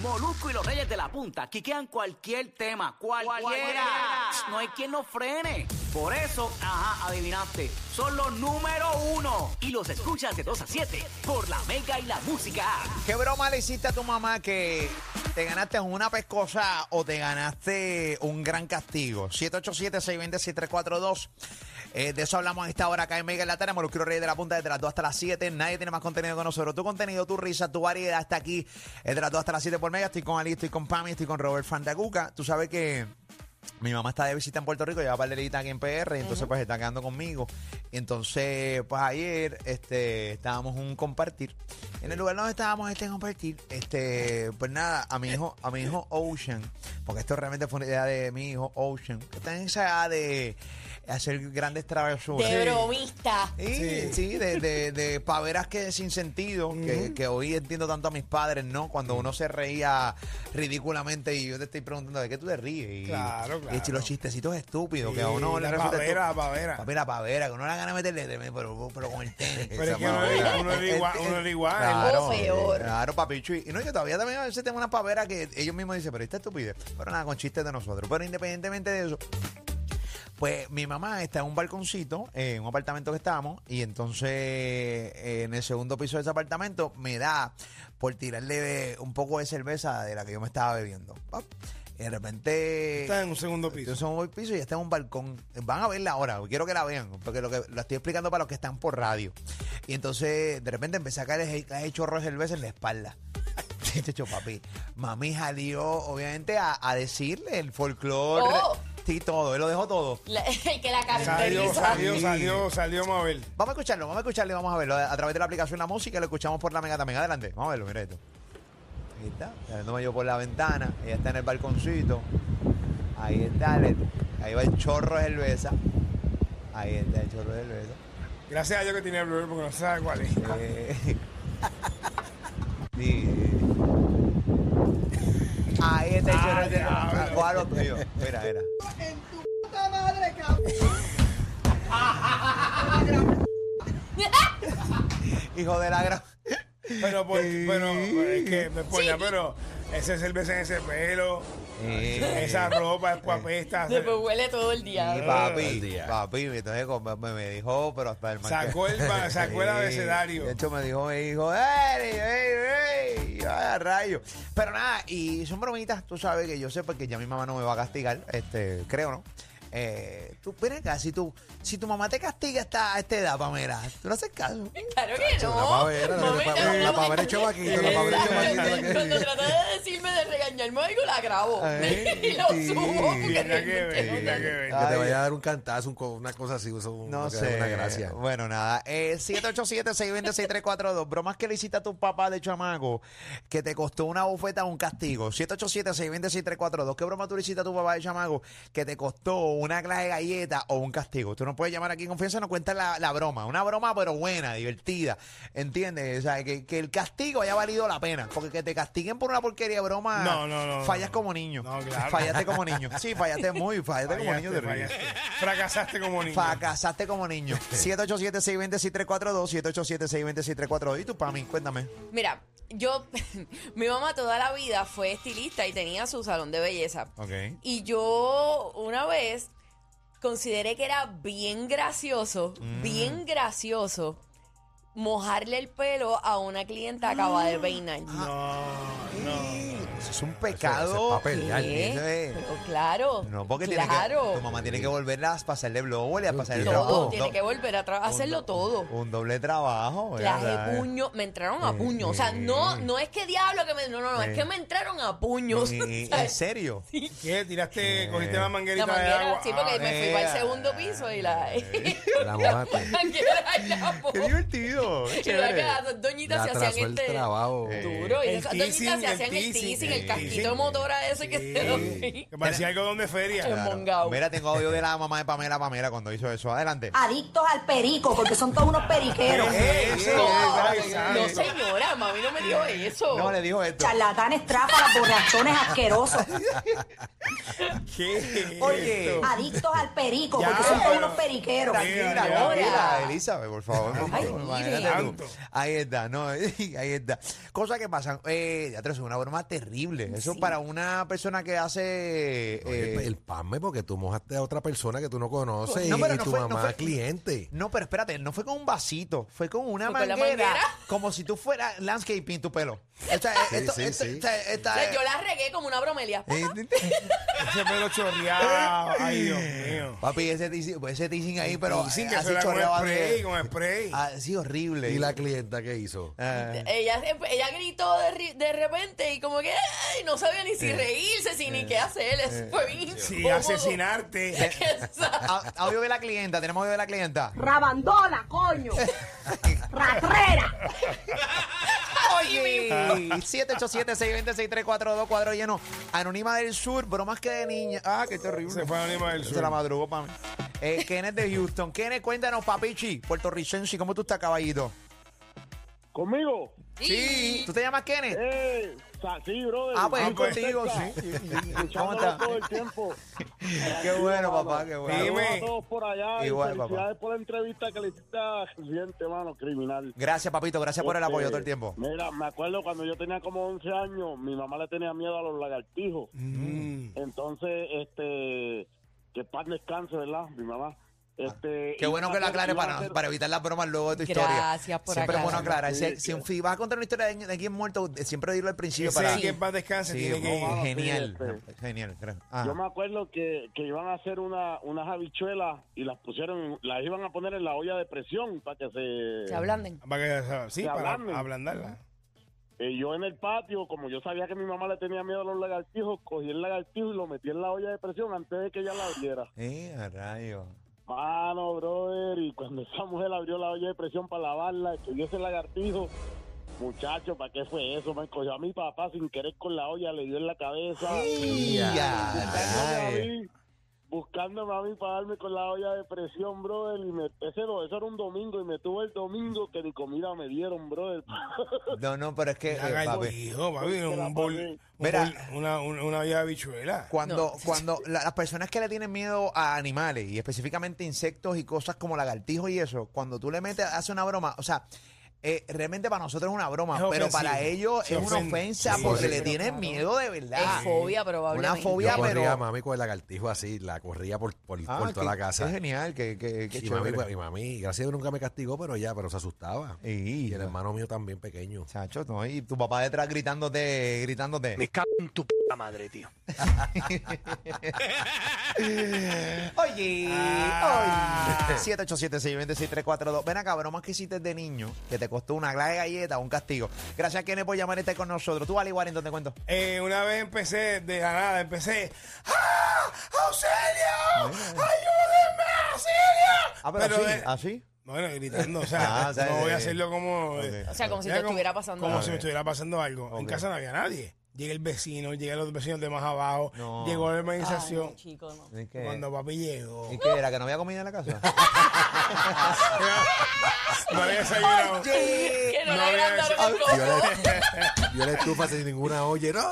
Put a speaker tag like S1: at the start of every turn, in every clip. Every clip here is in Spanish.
S1: Molusco y los Reyes de la Punta quiquean cualquier tema, cualquiera. No hay quien los frene. Por eso, ajá, adivinaste, son los número uno. Y los escuchas de 2 a 7 por la Mega y la Música. App.
S2: ¿Qué broma le hiciste a tu mamá que te ganaste una pescosa o te ganaste un gran castigo? 787-620-6342. Eh, de eso hablamos a esta hora acá en Mega en la Tarea. Molusquero Reyes de la Punta desde las 2 hasta las 7. Nadie tiene más contenido que nosotros. Tu contenido, tu risa, tu variedad está aquí eh, de las 2 hasta las 7 por Mega. Estoy con Ali, estoy con Pami, estoy con Robert Fandacuca. Tú sabes que... Mi mamá está de visita en Puerto Rico, lleva par de días aquí en PR, y entonces pues está quedando conmigo. Y entonces, pues ayer este, estábamos en un compartir. En el lugar donde estábamos este compartir, este, pues nada, a mi hijo, a mi hijo Ocean, porque esto realmente fue una idea de mi hijo Ocean, que está en esa edad de hacer grandes travesuras.
S3: De bromista.
S2: Sí, sí, de, de, de paveras que sin sentido, que, que hoy entiendo tanto a mis padres, ¿no? Cuando uno se reía ridículamente y yo te estoy preguntando, ¿de qué tú te ríes? Y,
S4: Claro,
S2: y
S4: claro.
S2: los chistecitos estúpidos, que a
S4: Sí,
S2: uno
S4: la
S2: resulta
S4: pavera,
S2: estúpido.
S4: la pavera.
S2: Pavera, pavera, que uno le gana meterle, tremendo, pero, pero con el tenis.
S4: Pero es
S2: esa
S4: que uno
S2: pavera.
S4: era- uno era
S2: Es-
S4: igual-
S2: es-
S4: uno era igual.
S2: Claro,
S3: O peor.
S2: claro, papichu. Y no, y que todavía también a veces tengo una pavera que ellos mismos dicen, pero esta estupidez. Pero nada, con chistes de nosotros. Pero independientemente de eso, pues mi mamá está en un balconcito, eh, en un apartamento que estábamos, y entonces eh, en el segundo piso de ese apartamento me da por tirarle un poco de cerveza de la que yo me estaba bebiendo. Pap. Y de repente...
S4: Está en un segundo piso.
S2: Yo soy un piso y está en un balcón. Van a verla ahora, quiero que la vean, porque lo que lo estoy explicando para los que están por radio. Y entonces, de repente empecé a caer el chorro de cerveza en la espalda. Chicho, papi. Mami salió, obviamente, a, a decirle el folclore.
S3: Oh.
S2: Sí, todo, él lo dejó todo.
S3: La- el que la
S4: Salió,
S3: caracteriza.
S4: salió, salió, salió Mabel.
S2: Vamos a escucharlo, vamos a escucharlo y vamos a verlo. A, a través de la aplicación La Música lo escuchamos por la Mega también. Adelante, vamos a verlo, mira esto. Ahí está, saliéndome yo por la ventana, ella está en el balconcito. Ahí está, le- ahí va el chorro de cerveza. Ahí está el chorro de cerveza.
S4: Gracias a Dios que tiene Blur porque no se sabe cuál es.
S2: Eh, sí. Ahí está el chorro de cerveza.
S4: diablo.
S2: ¿Cuál otro? Yo, Mira, mira. Hijo de la gran.
S4: Pero, por, pero es que me ponía, pero ese cerveza en ese pelo,
S2: Eh.
S4: esa ropa es apesta.
S3: Después huele todo el día.
S2: Y papi, papi, entonces como me, me dijo, pero hasta el man-
S4: Sacó el ba- sacó el
S2: Sí,
S4: abecedario.
S2: De hecho, me dijo, me dijo, ¡ey, ey, ey! Y yo, ¡Ay, a rayo! Pero nada, y son bromitas, tú sabes que yo sé porque ya mi mamá no me va a castigar, este, creo, ¿no? Eh, tú, ven acá, si tu, si tu mamá te castiga hasta a esta edad, Pamela, tú no haces caso.
S3: Claro que no.
S5: la pavera, la-
S3: Momento,
S5: la- la
S3: momento.
S5: pavera es chavaquito, la pavera es chavaquito, la que-
S3: Cuando trata de decirme de regañarme algo, la grabo.
S2: Ay,
S3: y lo
S5: sí.
S3: subo. porque
S4: Tiene que
S3: realmente
S4: ver,
S3: no-
S4: tiene que
S5: Que
S4: ver.
S5: te
S2: Ay. eh.
S5: vaya a dar un cantazo, un co- una cosa así, eso no
S2: No
S5: una,
S2: sé.
S5: una gracia.
S2: Bueno, nada. Eh, 787-620-6342. Bromas que le hiciste a tu papá de chamaco que te costó una bofeta o un castigo. 787-620-6342. ¿Qué broma tú le hiciste a tu papá de chamaco que te costó una clase de galleta o un castigo? Tú no puedes llamar aquí en confianza y nos cuentas la, la broma. Una broma, pero buena, divertida. ¿Entiendes? O sea, que, que el castigo haya valido la pena. Porque que te castiguen por una porquería de broma.
S4: No, no, no,
S2: Fallas
S4: no.
S2: como niño.
S4: No, claro.
S2: Fallaste como niño. Sí, fallaste muy. Fallaste, como niño de
S4: Fallaste,
S2: río.
S4: fallaste. Fracasaste como niño.
S2: Fracasaste como niño. 787-620-6342, 787-620-6342. ¿Y tú, Pami? Cuéntame.
S3: Mira, yo, mi mamá toda la vida fue estilista y tenía su salón de belleza.
S2: Ok.
S3: Y yo una vez consideré que era bien gracioso,
S2: Mm.
S3: bien gracioso, mojarle el pelo a una clienta acabada de peinar.
S2: Ah,
S4: No, no.
S2: Eso es un
S5: Eso
S2: pecado.
S5: es papel, ya,
S3: ¿Qué?
S2: eso pues, es-
S3: Pero claro.
S2: No, porque
S3: claro.
S2: tiene que, tu mamá tiene que volverla a pasarle blower y a pasarle
S3: todo,
S2: trabajo.
S3: tiene que volver a tra- hacerlo todo.
S2: Un doble trabajo. ¿verdad?
S3: Traje puño, me entraron a puño. O sea, no, no es que diablo que me. No, no, no,
S2: Eh.
S3: es que me entraron a
S2: Y-
S3: puños.
S2: y-
S3: O sea,
S2: ¿En serio?
S4: ¿Qué? ¿Tiraste, cogiste la manguerita
S3: La
S4: de
S3: manguera,
S4: agua?
S3: sí, porque
S4: Ah,
S3: me fui
S2: eh,
S3: para el segundo piso y la.
S5: La mojaste.
S3: manguera y la
S2: ¡Qué
S3: mojó.
S2: divertido! qué
S3: Y
S2: chévere.
S3: acá, las doñitas
S5: La
S3: se
S5: atrasó
S3: hacían
S5: el
S3: este
S5: trabajo.
S3: duro. Y
S4: Eh, El
S3: esas
S4: teasing,
S3: doñitas se
S4: el
S3: hacían el
S4: teasing,
S3: teasing, el
S2: el
S3: casquito
S4: teasing.
S3: motora ese que se lo vi.
S4: Que parecía algodón de feria.
S2: Claro.
S3: mongao.
S2: Mira, tengo audio de la mamá de Pamela Pamela cuando hizo eso. Adelante.
S3: Ah,
S6: adictos al perico, porque son todos unos periqueros.
S4: ¿Qué es eso? eh, Ay,
S3: No,
S4: sabe.
S3: señora, mami no me dio eso.
S2: No, le dijo esto.
S6: Charlatanes, tráfalas, borrachones asquerosos.
S4: ¿Qué es
S2: Oye,
S4: esto?
S6: Adictos al perico,
S4: Ya,
S6: porque son todos
S4: pero-
S6: unos periqueros.
S2: Tranquila,
S4: Mira,
S2: tranquila,
S3: ahora.
S2: Elizabeth, por favor. por
S3: Ay,
S2: favor,
S3: mire.
S2: imagínate tú.
S4: Tanto.
S2: Ahí está, no, ahí está. Cosas que pasan. Eh, ya te una broma terrible. terrible. Eso para una persona que hace.
S5: Oye,
S2: eh, Pues,
S5: el, el panme porque tú mojaste a otra persona que tú no conoces
S2: No,
S5: y,
S2: pero
S5: y
S2: no
S5: tu
S2: fue- no
S5: mamá
S2: fue-
S5: cliente.
S2: no, pero espérate, no fue con un vasito, fue con una
S3: ¿Fue con la
S2: manguera,
S3: manguera?
S2: Como si tú fueras landscaping tu pelo. O sea,
S5: Sí,
S2: esto-
S5: sí,
S2: esto-
S5: sí.
S2: o sea, esta- eh,
S3: O
S4: eh.
S3: sea, yo la regué como una bromelia.
S4: Ese pelo chorreado. Ay, Dios mío.
S2: Papi, ese teasing, ese teasing ahí, pero ah,
S4: Sin que
S2: así
S4: se con
S2: chorreaba de-
S4: spray, con spray.
S2: Así horrible.
S5: Y la clienta que hizo.
S2: Ah.
S3: Ella, se- ella gritó de, ri- de repente y como que ay, no sabía ni si reírse, si ni qué hacer. Eso fue bien
S4: Eh. Sí,
S3: incómodo.
S4: asesinarte.
S3: Exacto.
S2: A- Ah, Audio de la clienta, tenemos audio de la clienta.
S6: Rabandona, coño. Ratrera.
S2: Oye, 787-620-6342, cuadro lleno. Anónima del Sur, bromas que de niña. Ah, qué terrible.
S4: Se fue Anónima del Sur.
S2: Se la madrugó para mí. Eh, Kenneth de Houston. Kenneth, cuéntanos, papichi, puertorricense, ¿cómo tú estás, caballito?
S7: ¿Conmigo?
S2: Sí. ¿Tú te llamas Kenneth?
S7: ¡Eh! sa- Sí, brother.
S2: ah, pues
S4: ah,
S2: es
S4: pues.
S2: contigo, sí. ¿Cómo
S7: Escuchándolo
S2: estás?
S7: todo el tiempo.
S2: Qué bueno, papá, qué bueno.
S7: Saludos
S4: Dime.
S7: a todos por allá.
S2: Igual,
S7: y
S2: papá.
S7: felicidades por la entrevista que le hiciste a Residente, mano, criminal.
S2: Gracias, papito, gracias por el
S7: Este,
S2: apoyo todo el tiempo.
S7: Mira, me acuerdo cuando yo tenía como 11 años, mi mamá le tenía miedo a los lagartijos.
S2: Mm.
S7: Entonces, este, que paz descanse, ¿verdad? Mi mamá. Este,
S2: Ah, Qué bueno que lo aclare para, para evitar las bromas luego de tu historia.
S3: Gracias por
S2: Siempre es bueno
S3: aclarar.
S2: aclarar. Si,
S7: Sí,
S2: si un- si vas a contar una historia de, de alguien muerto, eh, siempre dilo al principio para...
S4: Ese que en paz descanse
S2: Sí,
S4: tiene que ir.
S2: oh,
S7: Sí,
S2: genial,
S7: este.
S2: genial. gracias. Ah.
S7: Yo me acuerdo que, que iban a hacer una, unas habichuelas y las pusieron, en- las iban a poner en la olla de presión para que se...
S3: Se ablanden.
S4: Para que, sí,
S7: Te
S4: para
S7: hablando.
S4: ablandarla.
S7: Eh, yo en el patio, como yo sabía que mi mamá le tenía miedo a los lagartijos, cogí el lagartijo y lo metí en la olla de presión antes de que ella la abriera.
S2: Eh, a rayo.
S7: Mano, brother, y cuando esa mujer abrió la olla de presión para lavarla, que yo ese lagartijo, muchacho, ¿para qué fue eso? Me cogió a mi papá sin querer con la olla, le dio en la cabeza.
S2: Y a
S7: Buscándome a
S2: rayo.
S7: mí, buscándome a mí para darme con la olla de presión, brother, y me, ese, no, eso era un domingo, y me tuvo el domingo que ni comida me dieron, brother.
S2: No, no, pero es que, eh,
S4: Haga el
S2: papi,
S4: hijo, papi. Un bol, un
S2: Mira.
S4: bol- una, una, una olla de habichuela.
S2: cuando, cuando la- las personas que le tienen miedo a animales y específicamente insectos y cosas como lagartijos y eso, cuando tú le metes, hace una broma, o sea, eh, realmente para nosotros es una broma,
S4: Es
S2: pero
S4: ofensivo.
S2: para ellos
S4: Se
S2: es una
S4: ofende.
S2: ofensa
S5: Sí,
S2: porque
S5: sí,
S2: le
S5: pero
S2: tienen
S3: claro.
S2: miedo de verdad.
S3: Es fobia,
S2: Una
S3: probablemente.
S2: fobia,
S5: yo corría
S2: pero...
S5: a mami con el lagartijo así, la corría por, por,
S2: Ah,
S5: por toda
S2: qué-
S5: la casa.
S2: Qué genial, qué, qué, qué
S5: Y mami,
S2: chévere.
S5: y mami, gracias a Dios nunca me castigó, pero ya, pero se asustaba.
S2: Y-
S5: Y el hermano mío también pequeño.
S2: Chacho, no, y tu papá detrás gritándote, gritándote.
S8: Me cago en tu puta madre, tío.
S2: Oye,
S4: Ah.
S2: oye. 787-620-6342. Ven acá, bromas que hiciste de niño, que te costó una clase de galleta, un castigo. Gracias, Kenneth, por llamar y estar con nosotros. Tú, Ali Warrington, te cuento.
S4: Eh, una vez empecé de la nada, empecé. ¡Ah! ¡Auxilio! ¡Ayúdenme! ¡Auxilio!
S2: Ah, pero, así,
S4: de-
S2: así.
S4: Bueno, gritando, o sea,
S2: Ah, o sea,
S4: no
S2: de-
S4: voy a hacerlo como...
S2: Ok.
S3: O sea, como si
S4: Era
S3: te estuviera pasando
S4: Como
S3: algo.
S4: si me estuviera pasando algo. En
S2: Ok.
S4: casa no había nadie. Llega el vecino, llegan los vecinos de más abajo,
S2: No.
S4: llegó la
S3: Ay,
S4: organización.
S3: no, chico, no.
S2: ¿Y qué,
S4: Cuando papi llegó,
S2: ¿Y qué era? ¿Que no había comida en la casa?
S4: no había desayunado.
S3: Que no,
S4: No
S3: le
S4: había
S3: agrandaron
S4: eso.
S3: el
S5: Yo
S3: coco.
S5: la, yo la estufa sin ninguna olla. ¡No!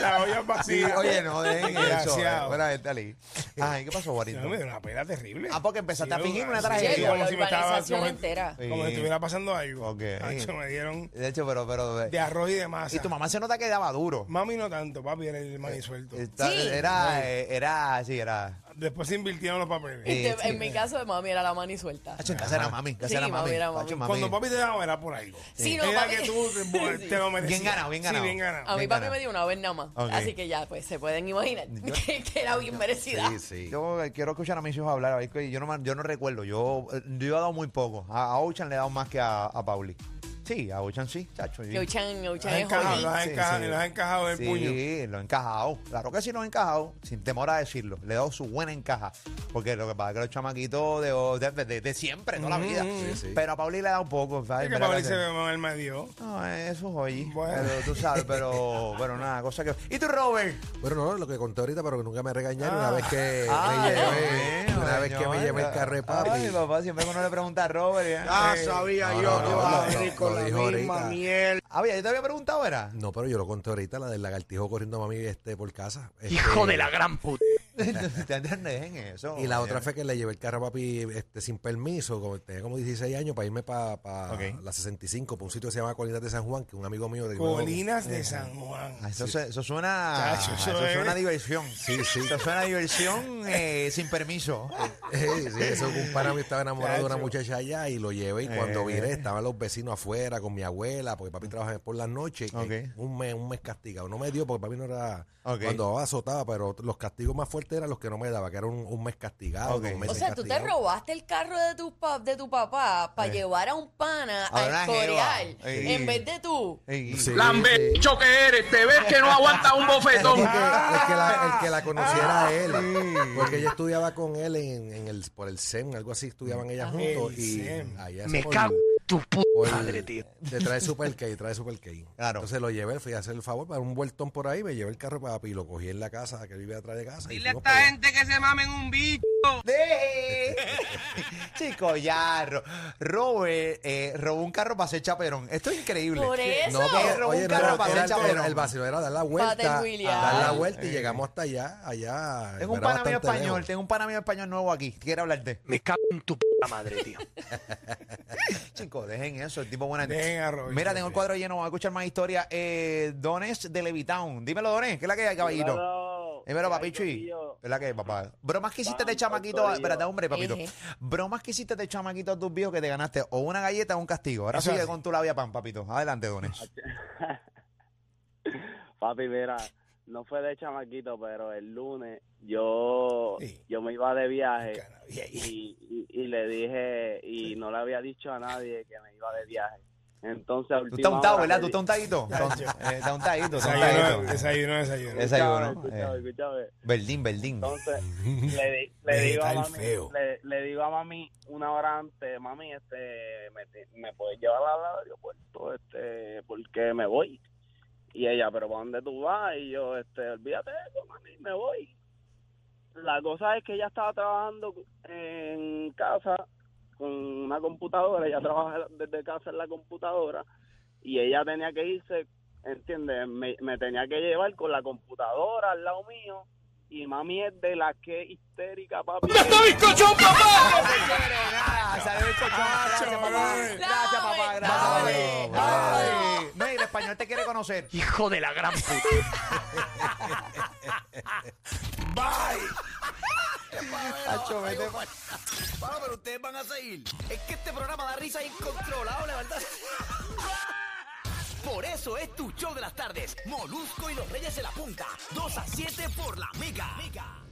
S4: La olla
S2: Sí,
S4: vacía.
S2: oye, no, dejen eso. eh.
S4: Desgraciado.
S2: Buena gente, Ali. Ay, ¿qué pasó,
S4: No,
S2: Warrington?
S4: me dio una pena terrible.
S2: Ah, porque empezaste a fingir una
S4: sí,
S2: tragedia.
S4: como si me
S3: La
S4: estaba-
S3: urbanización
S4: como-
S3: entera.
S4: Como si
S2: Sí.
S4: estuviera pasando algo.
S2: Ok.
S4: Nacho, me dieron
S2: De hecho, pero, pero.
S4: de arroz y de masa.
S2: Y tu mamá se nota que daba duro.
S4: Mami no tanto, papi era el maíz suelto.
S2: Está-
S3: Sí.
S2: Era, eh, era, sí, era.
S4: Después se invirtieron los papeles.
S2: Sí,
S3: Este,
S2: sí.
S3: en mi caso, de mami era la mani suelta.
S2: Hacho, en casa era mami, en casa
S3: Sí,
S2: era mami.
S3: mami era mami.
S2: Hacho,
S4: Cuando papi te daba era por algo.
S3: Sí, no,
S4: era
S3: papi- Ah,
S4: que tú te, te lo merecías.
S2: Bien ganado, bien ganado.
S4: Sí, bien
S3: A
S4: ganado.
S3: mi
S2: Bien
S3: papi
S2: ganado.
S3: me dio una vez nada más.
S2: Ok.
S3: Así que ya, pues se pueden imaginar que, que era bien merecida.
S5: Sí, sí.
S2: Yo eh, quiero escuchar a mis hijos hablar. a ver, que Yo no, me- yo no recuerdo. Yo, eh, yo he dado muy poco. A, a Ochan le he dado más que a, a Pauli. Sí, a Ochan sí, chacho.
S3: Que Uchan,
S4: Lo has
S3: Uchan es
S4: encajado, lo
S3: jodido.
S4: has
S2: Sí,
S4: encajado,
S2: sí.
S4: y lo has encajado del
S2: sí,
S4: puño.
S2: lo he encajado. Claro que sí lo he encajado, sin temor a decirlo. Le he dado su buena encaja. Porque lo que pasa es que los chamaquitos de, de, de- de siempre, toda la vida.
S5: sí.
S2: Pero a Pauli le he dado poco. ¿sabes?
S4: Es que
S2: Mira
S4: Pauli
S2: que-
S4: se ve mal el medio.
S2: No, eso es hoy.
S4: Bueno.
S2: Pero tú sabes, pero, pero nada, cosa que. ¿Y tú, Robert?
S5: Bueno, no, lo que conté ahorita, pero que nunca me regañaron una vez que
S2: Ay,
S5: me llevé,
S2: Ah. Dios mío,
S5: una vez que
S2: señor.
S5: me llevé el carro de papi.
S2: Ay, papá, siempre que uno le pregunta a Robert. ¿eh?
S8: Ah, sabía
S5: No,
S8: yo
S5: no,
S8: que
S5: no,
S8: vas a
S5: no,
S8: venir
S5: no,
S8: con
S5: lo
S8: la
S5: dijo
S8: misma
S5: ahorita.
S8: miel.
S2: Ah, bien, yo te había preguntado, ¿era?
S5: No, pero yo lo conté ahorita, la del lagartijo corriendo a mami este, por casa. Este,
S8: Hijo de la gran puta.
S2: ¿Te entiendes en eso?
S8: Oh,
S5: Y la otra fue que le llevé el carro a papi este, sin permiso, como- tenía como 16 años, para irme para
S2: Ok.
S5: la 65, para un sitio que se llama Colinas de San Juan, que un amigo mío de
S4: Colinas de San Juan.
S2: Ah, Eso, se- eso suena,
S4: Chacho, eso
S2: eso suena
S4: es.
S2: a diversión. Sí, sí. Eso suena a diversión eh, sin permiso.
S5: Eh, sí, eso, un pana mío estaba enamorado de una
S4: Chacho.
S5: muchacha allá y lo llevé y cuando
S2: Eh.
S5: vine estaban los vecinos afuera con mi abuela, porque papi trabajaba por las noches, y
S2: Ok.
S5: un mes, un mes castigado. No me dio porque papi no era,
S2: Ok.
S5: cuando azotaba, pero los castigos más fuertes eran los que no me daba, que eran un, un mes castigado,
S2: Ok.
S5: dos meses
S3: O sea, tú te
S5: castigado.
S3: robaste el carro de tu, pa- de tu papá para llevar a un pana
S2: Eh. A una
S3: al Escorial
S2: jeva. Sí. Eh,
S3: en vez de tú.
S2: Ey,
S5: Sí, sí.
S8: Lambecho que eres, te ves que no aguanta un
S5: Es que,
S8: bofetón.
S5: es que la, el que la conociera a él. Porque ella estudiaba con él en, en el, por el SEM, algo así, estudiaban
S2: Ah,
S5: ellas juntos.
S4: El
S5: Y
S4: SEM.
S5: allá
S8: Me
S5: por-
S8: cago en tu puta
S5: por-
S8: madre, tío.
S5: Te trae Super K, trae Super K.
S2: Claro.
S5: Entonces lo llevé, fui a hacer el favor para un vueltón por ahí, me llevé el carro para y lo cogí en la casa que vive atrás de casa. y fuimos para allá.
S8: gente que se mamen un bicho.
S2: Deje. Chico, ya. Ro- Robert eh, robó un carro para ser chaperón. Esto es increíble.
S3: Por eso.
S5: No, pero,
S2: robó un
S5: oye, no,
S2: carro para
S5: era-
S2: ser chaperón.
S5: era- el vacío era dar la vuelta,
S3: Pater Williams.
S5: dar la vuelta y llegamos hasta allá, allá.
S2: tengo un
S5: era
S2: panamio
S5: bastante
S2: español,
S5: lejos.
S2: tengo un panamio español nuevo aquí. Quiero hablarte.
S8: Me cago en tu puta madre, tío.
S2: Chicos, dejen eso. El tipo buena.
S4: Dejen a Robert.
S2: Mira, tengo el cuadro lleno. Vamos a escuchar más historias. Eh, Dones de Levitown. Dímelo, Dones. ¿Qué es la que hay, caballito?
S7: Claro.
S2: Dímelo,
S7: Ay,
S2: papichi.
S7: Dios mío.
S2: ¿Verdad que, papá? Bromas que hiciste de
S7: Santo
S2: chamaquito.
S7: Dios.
S2: Espérate, hombre, papito.
S3: Eje.
S2: Bromas que hiciste de chamaquito a tus viejos que te ganaste o una galleta o un castigo. Ahora
S4: Eso
S2: sigue
S4: es.
S2: con tu labia pan, papito. Adelante, Dones.
S7: Papi, mira, no fue de chamaquito, pero el lunes yo,
S4: Sí.
S7: yo me iba de viaje
S4: Cara, y ahí-
S7: y, y- y le dije, y no le había dicho a nadie que me iba de viaje. Entonces, a
S2: Tú
S7: última
S2: estás untado,
S7: hora
S2: ¿verdad?
S7: le
S2: Tú
S7: di-
S2: estás untadito. Ton- eh, Estás untadito, estás
S4: Desayuno,
S2: untadito.
S4: desayuno, desayuno.
S2: Es- desayuno,
S7: Escúchame,
S2: eh.
S7: escúchame.
S2: Verdín, verdín.
S7: Entonces, le, di- le
S4: Ey,
S7: digo
S4: está
S7: a
S4: el
S7: mami,
S4: feo.
S7: le, le digo a mami una hora antes, mami, este, me, te- me puedes llevar al aeropuerto, este, porque me voy. Y ella, pero ¿para dónde tú vas? Y yo, este, olvídate de eso, mami, me voy. La cosa es que ella estaba trabajando en casa con una computadora, ella trabaja desde casa en la computadora y ella tenía que irse, ¿entiendes? Me, me tenía que llevar con la computadora al lado mío y mami es de la que es histérica, papi.
S2: Gracias, papá. Gracias, papá. Gracias.
S3: Dale,
S2: Ay. No, y el español te quiere conocer.
S8: Hijo de la gran puta.
S2: Tacho, vete pa-
S1: Bueno, pero ustedes van a seguir. Es que este programa da risa incontrolable, ¿verdad? Por eso es tu show de las tardes. Molusco y los Reyes de la Punta. 2 a 7 por la Mega.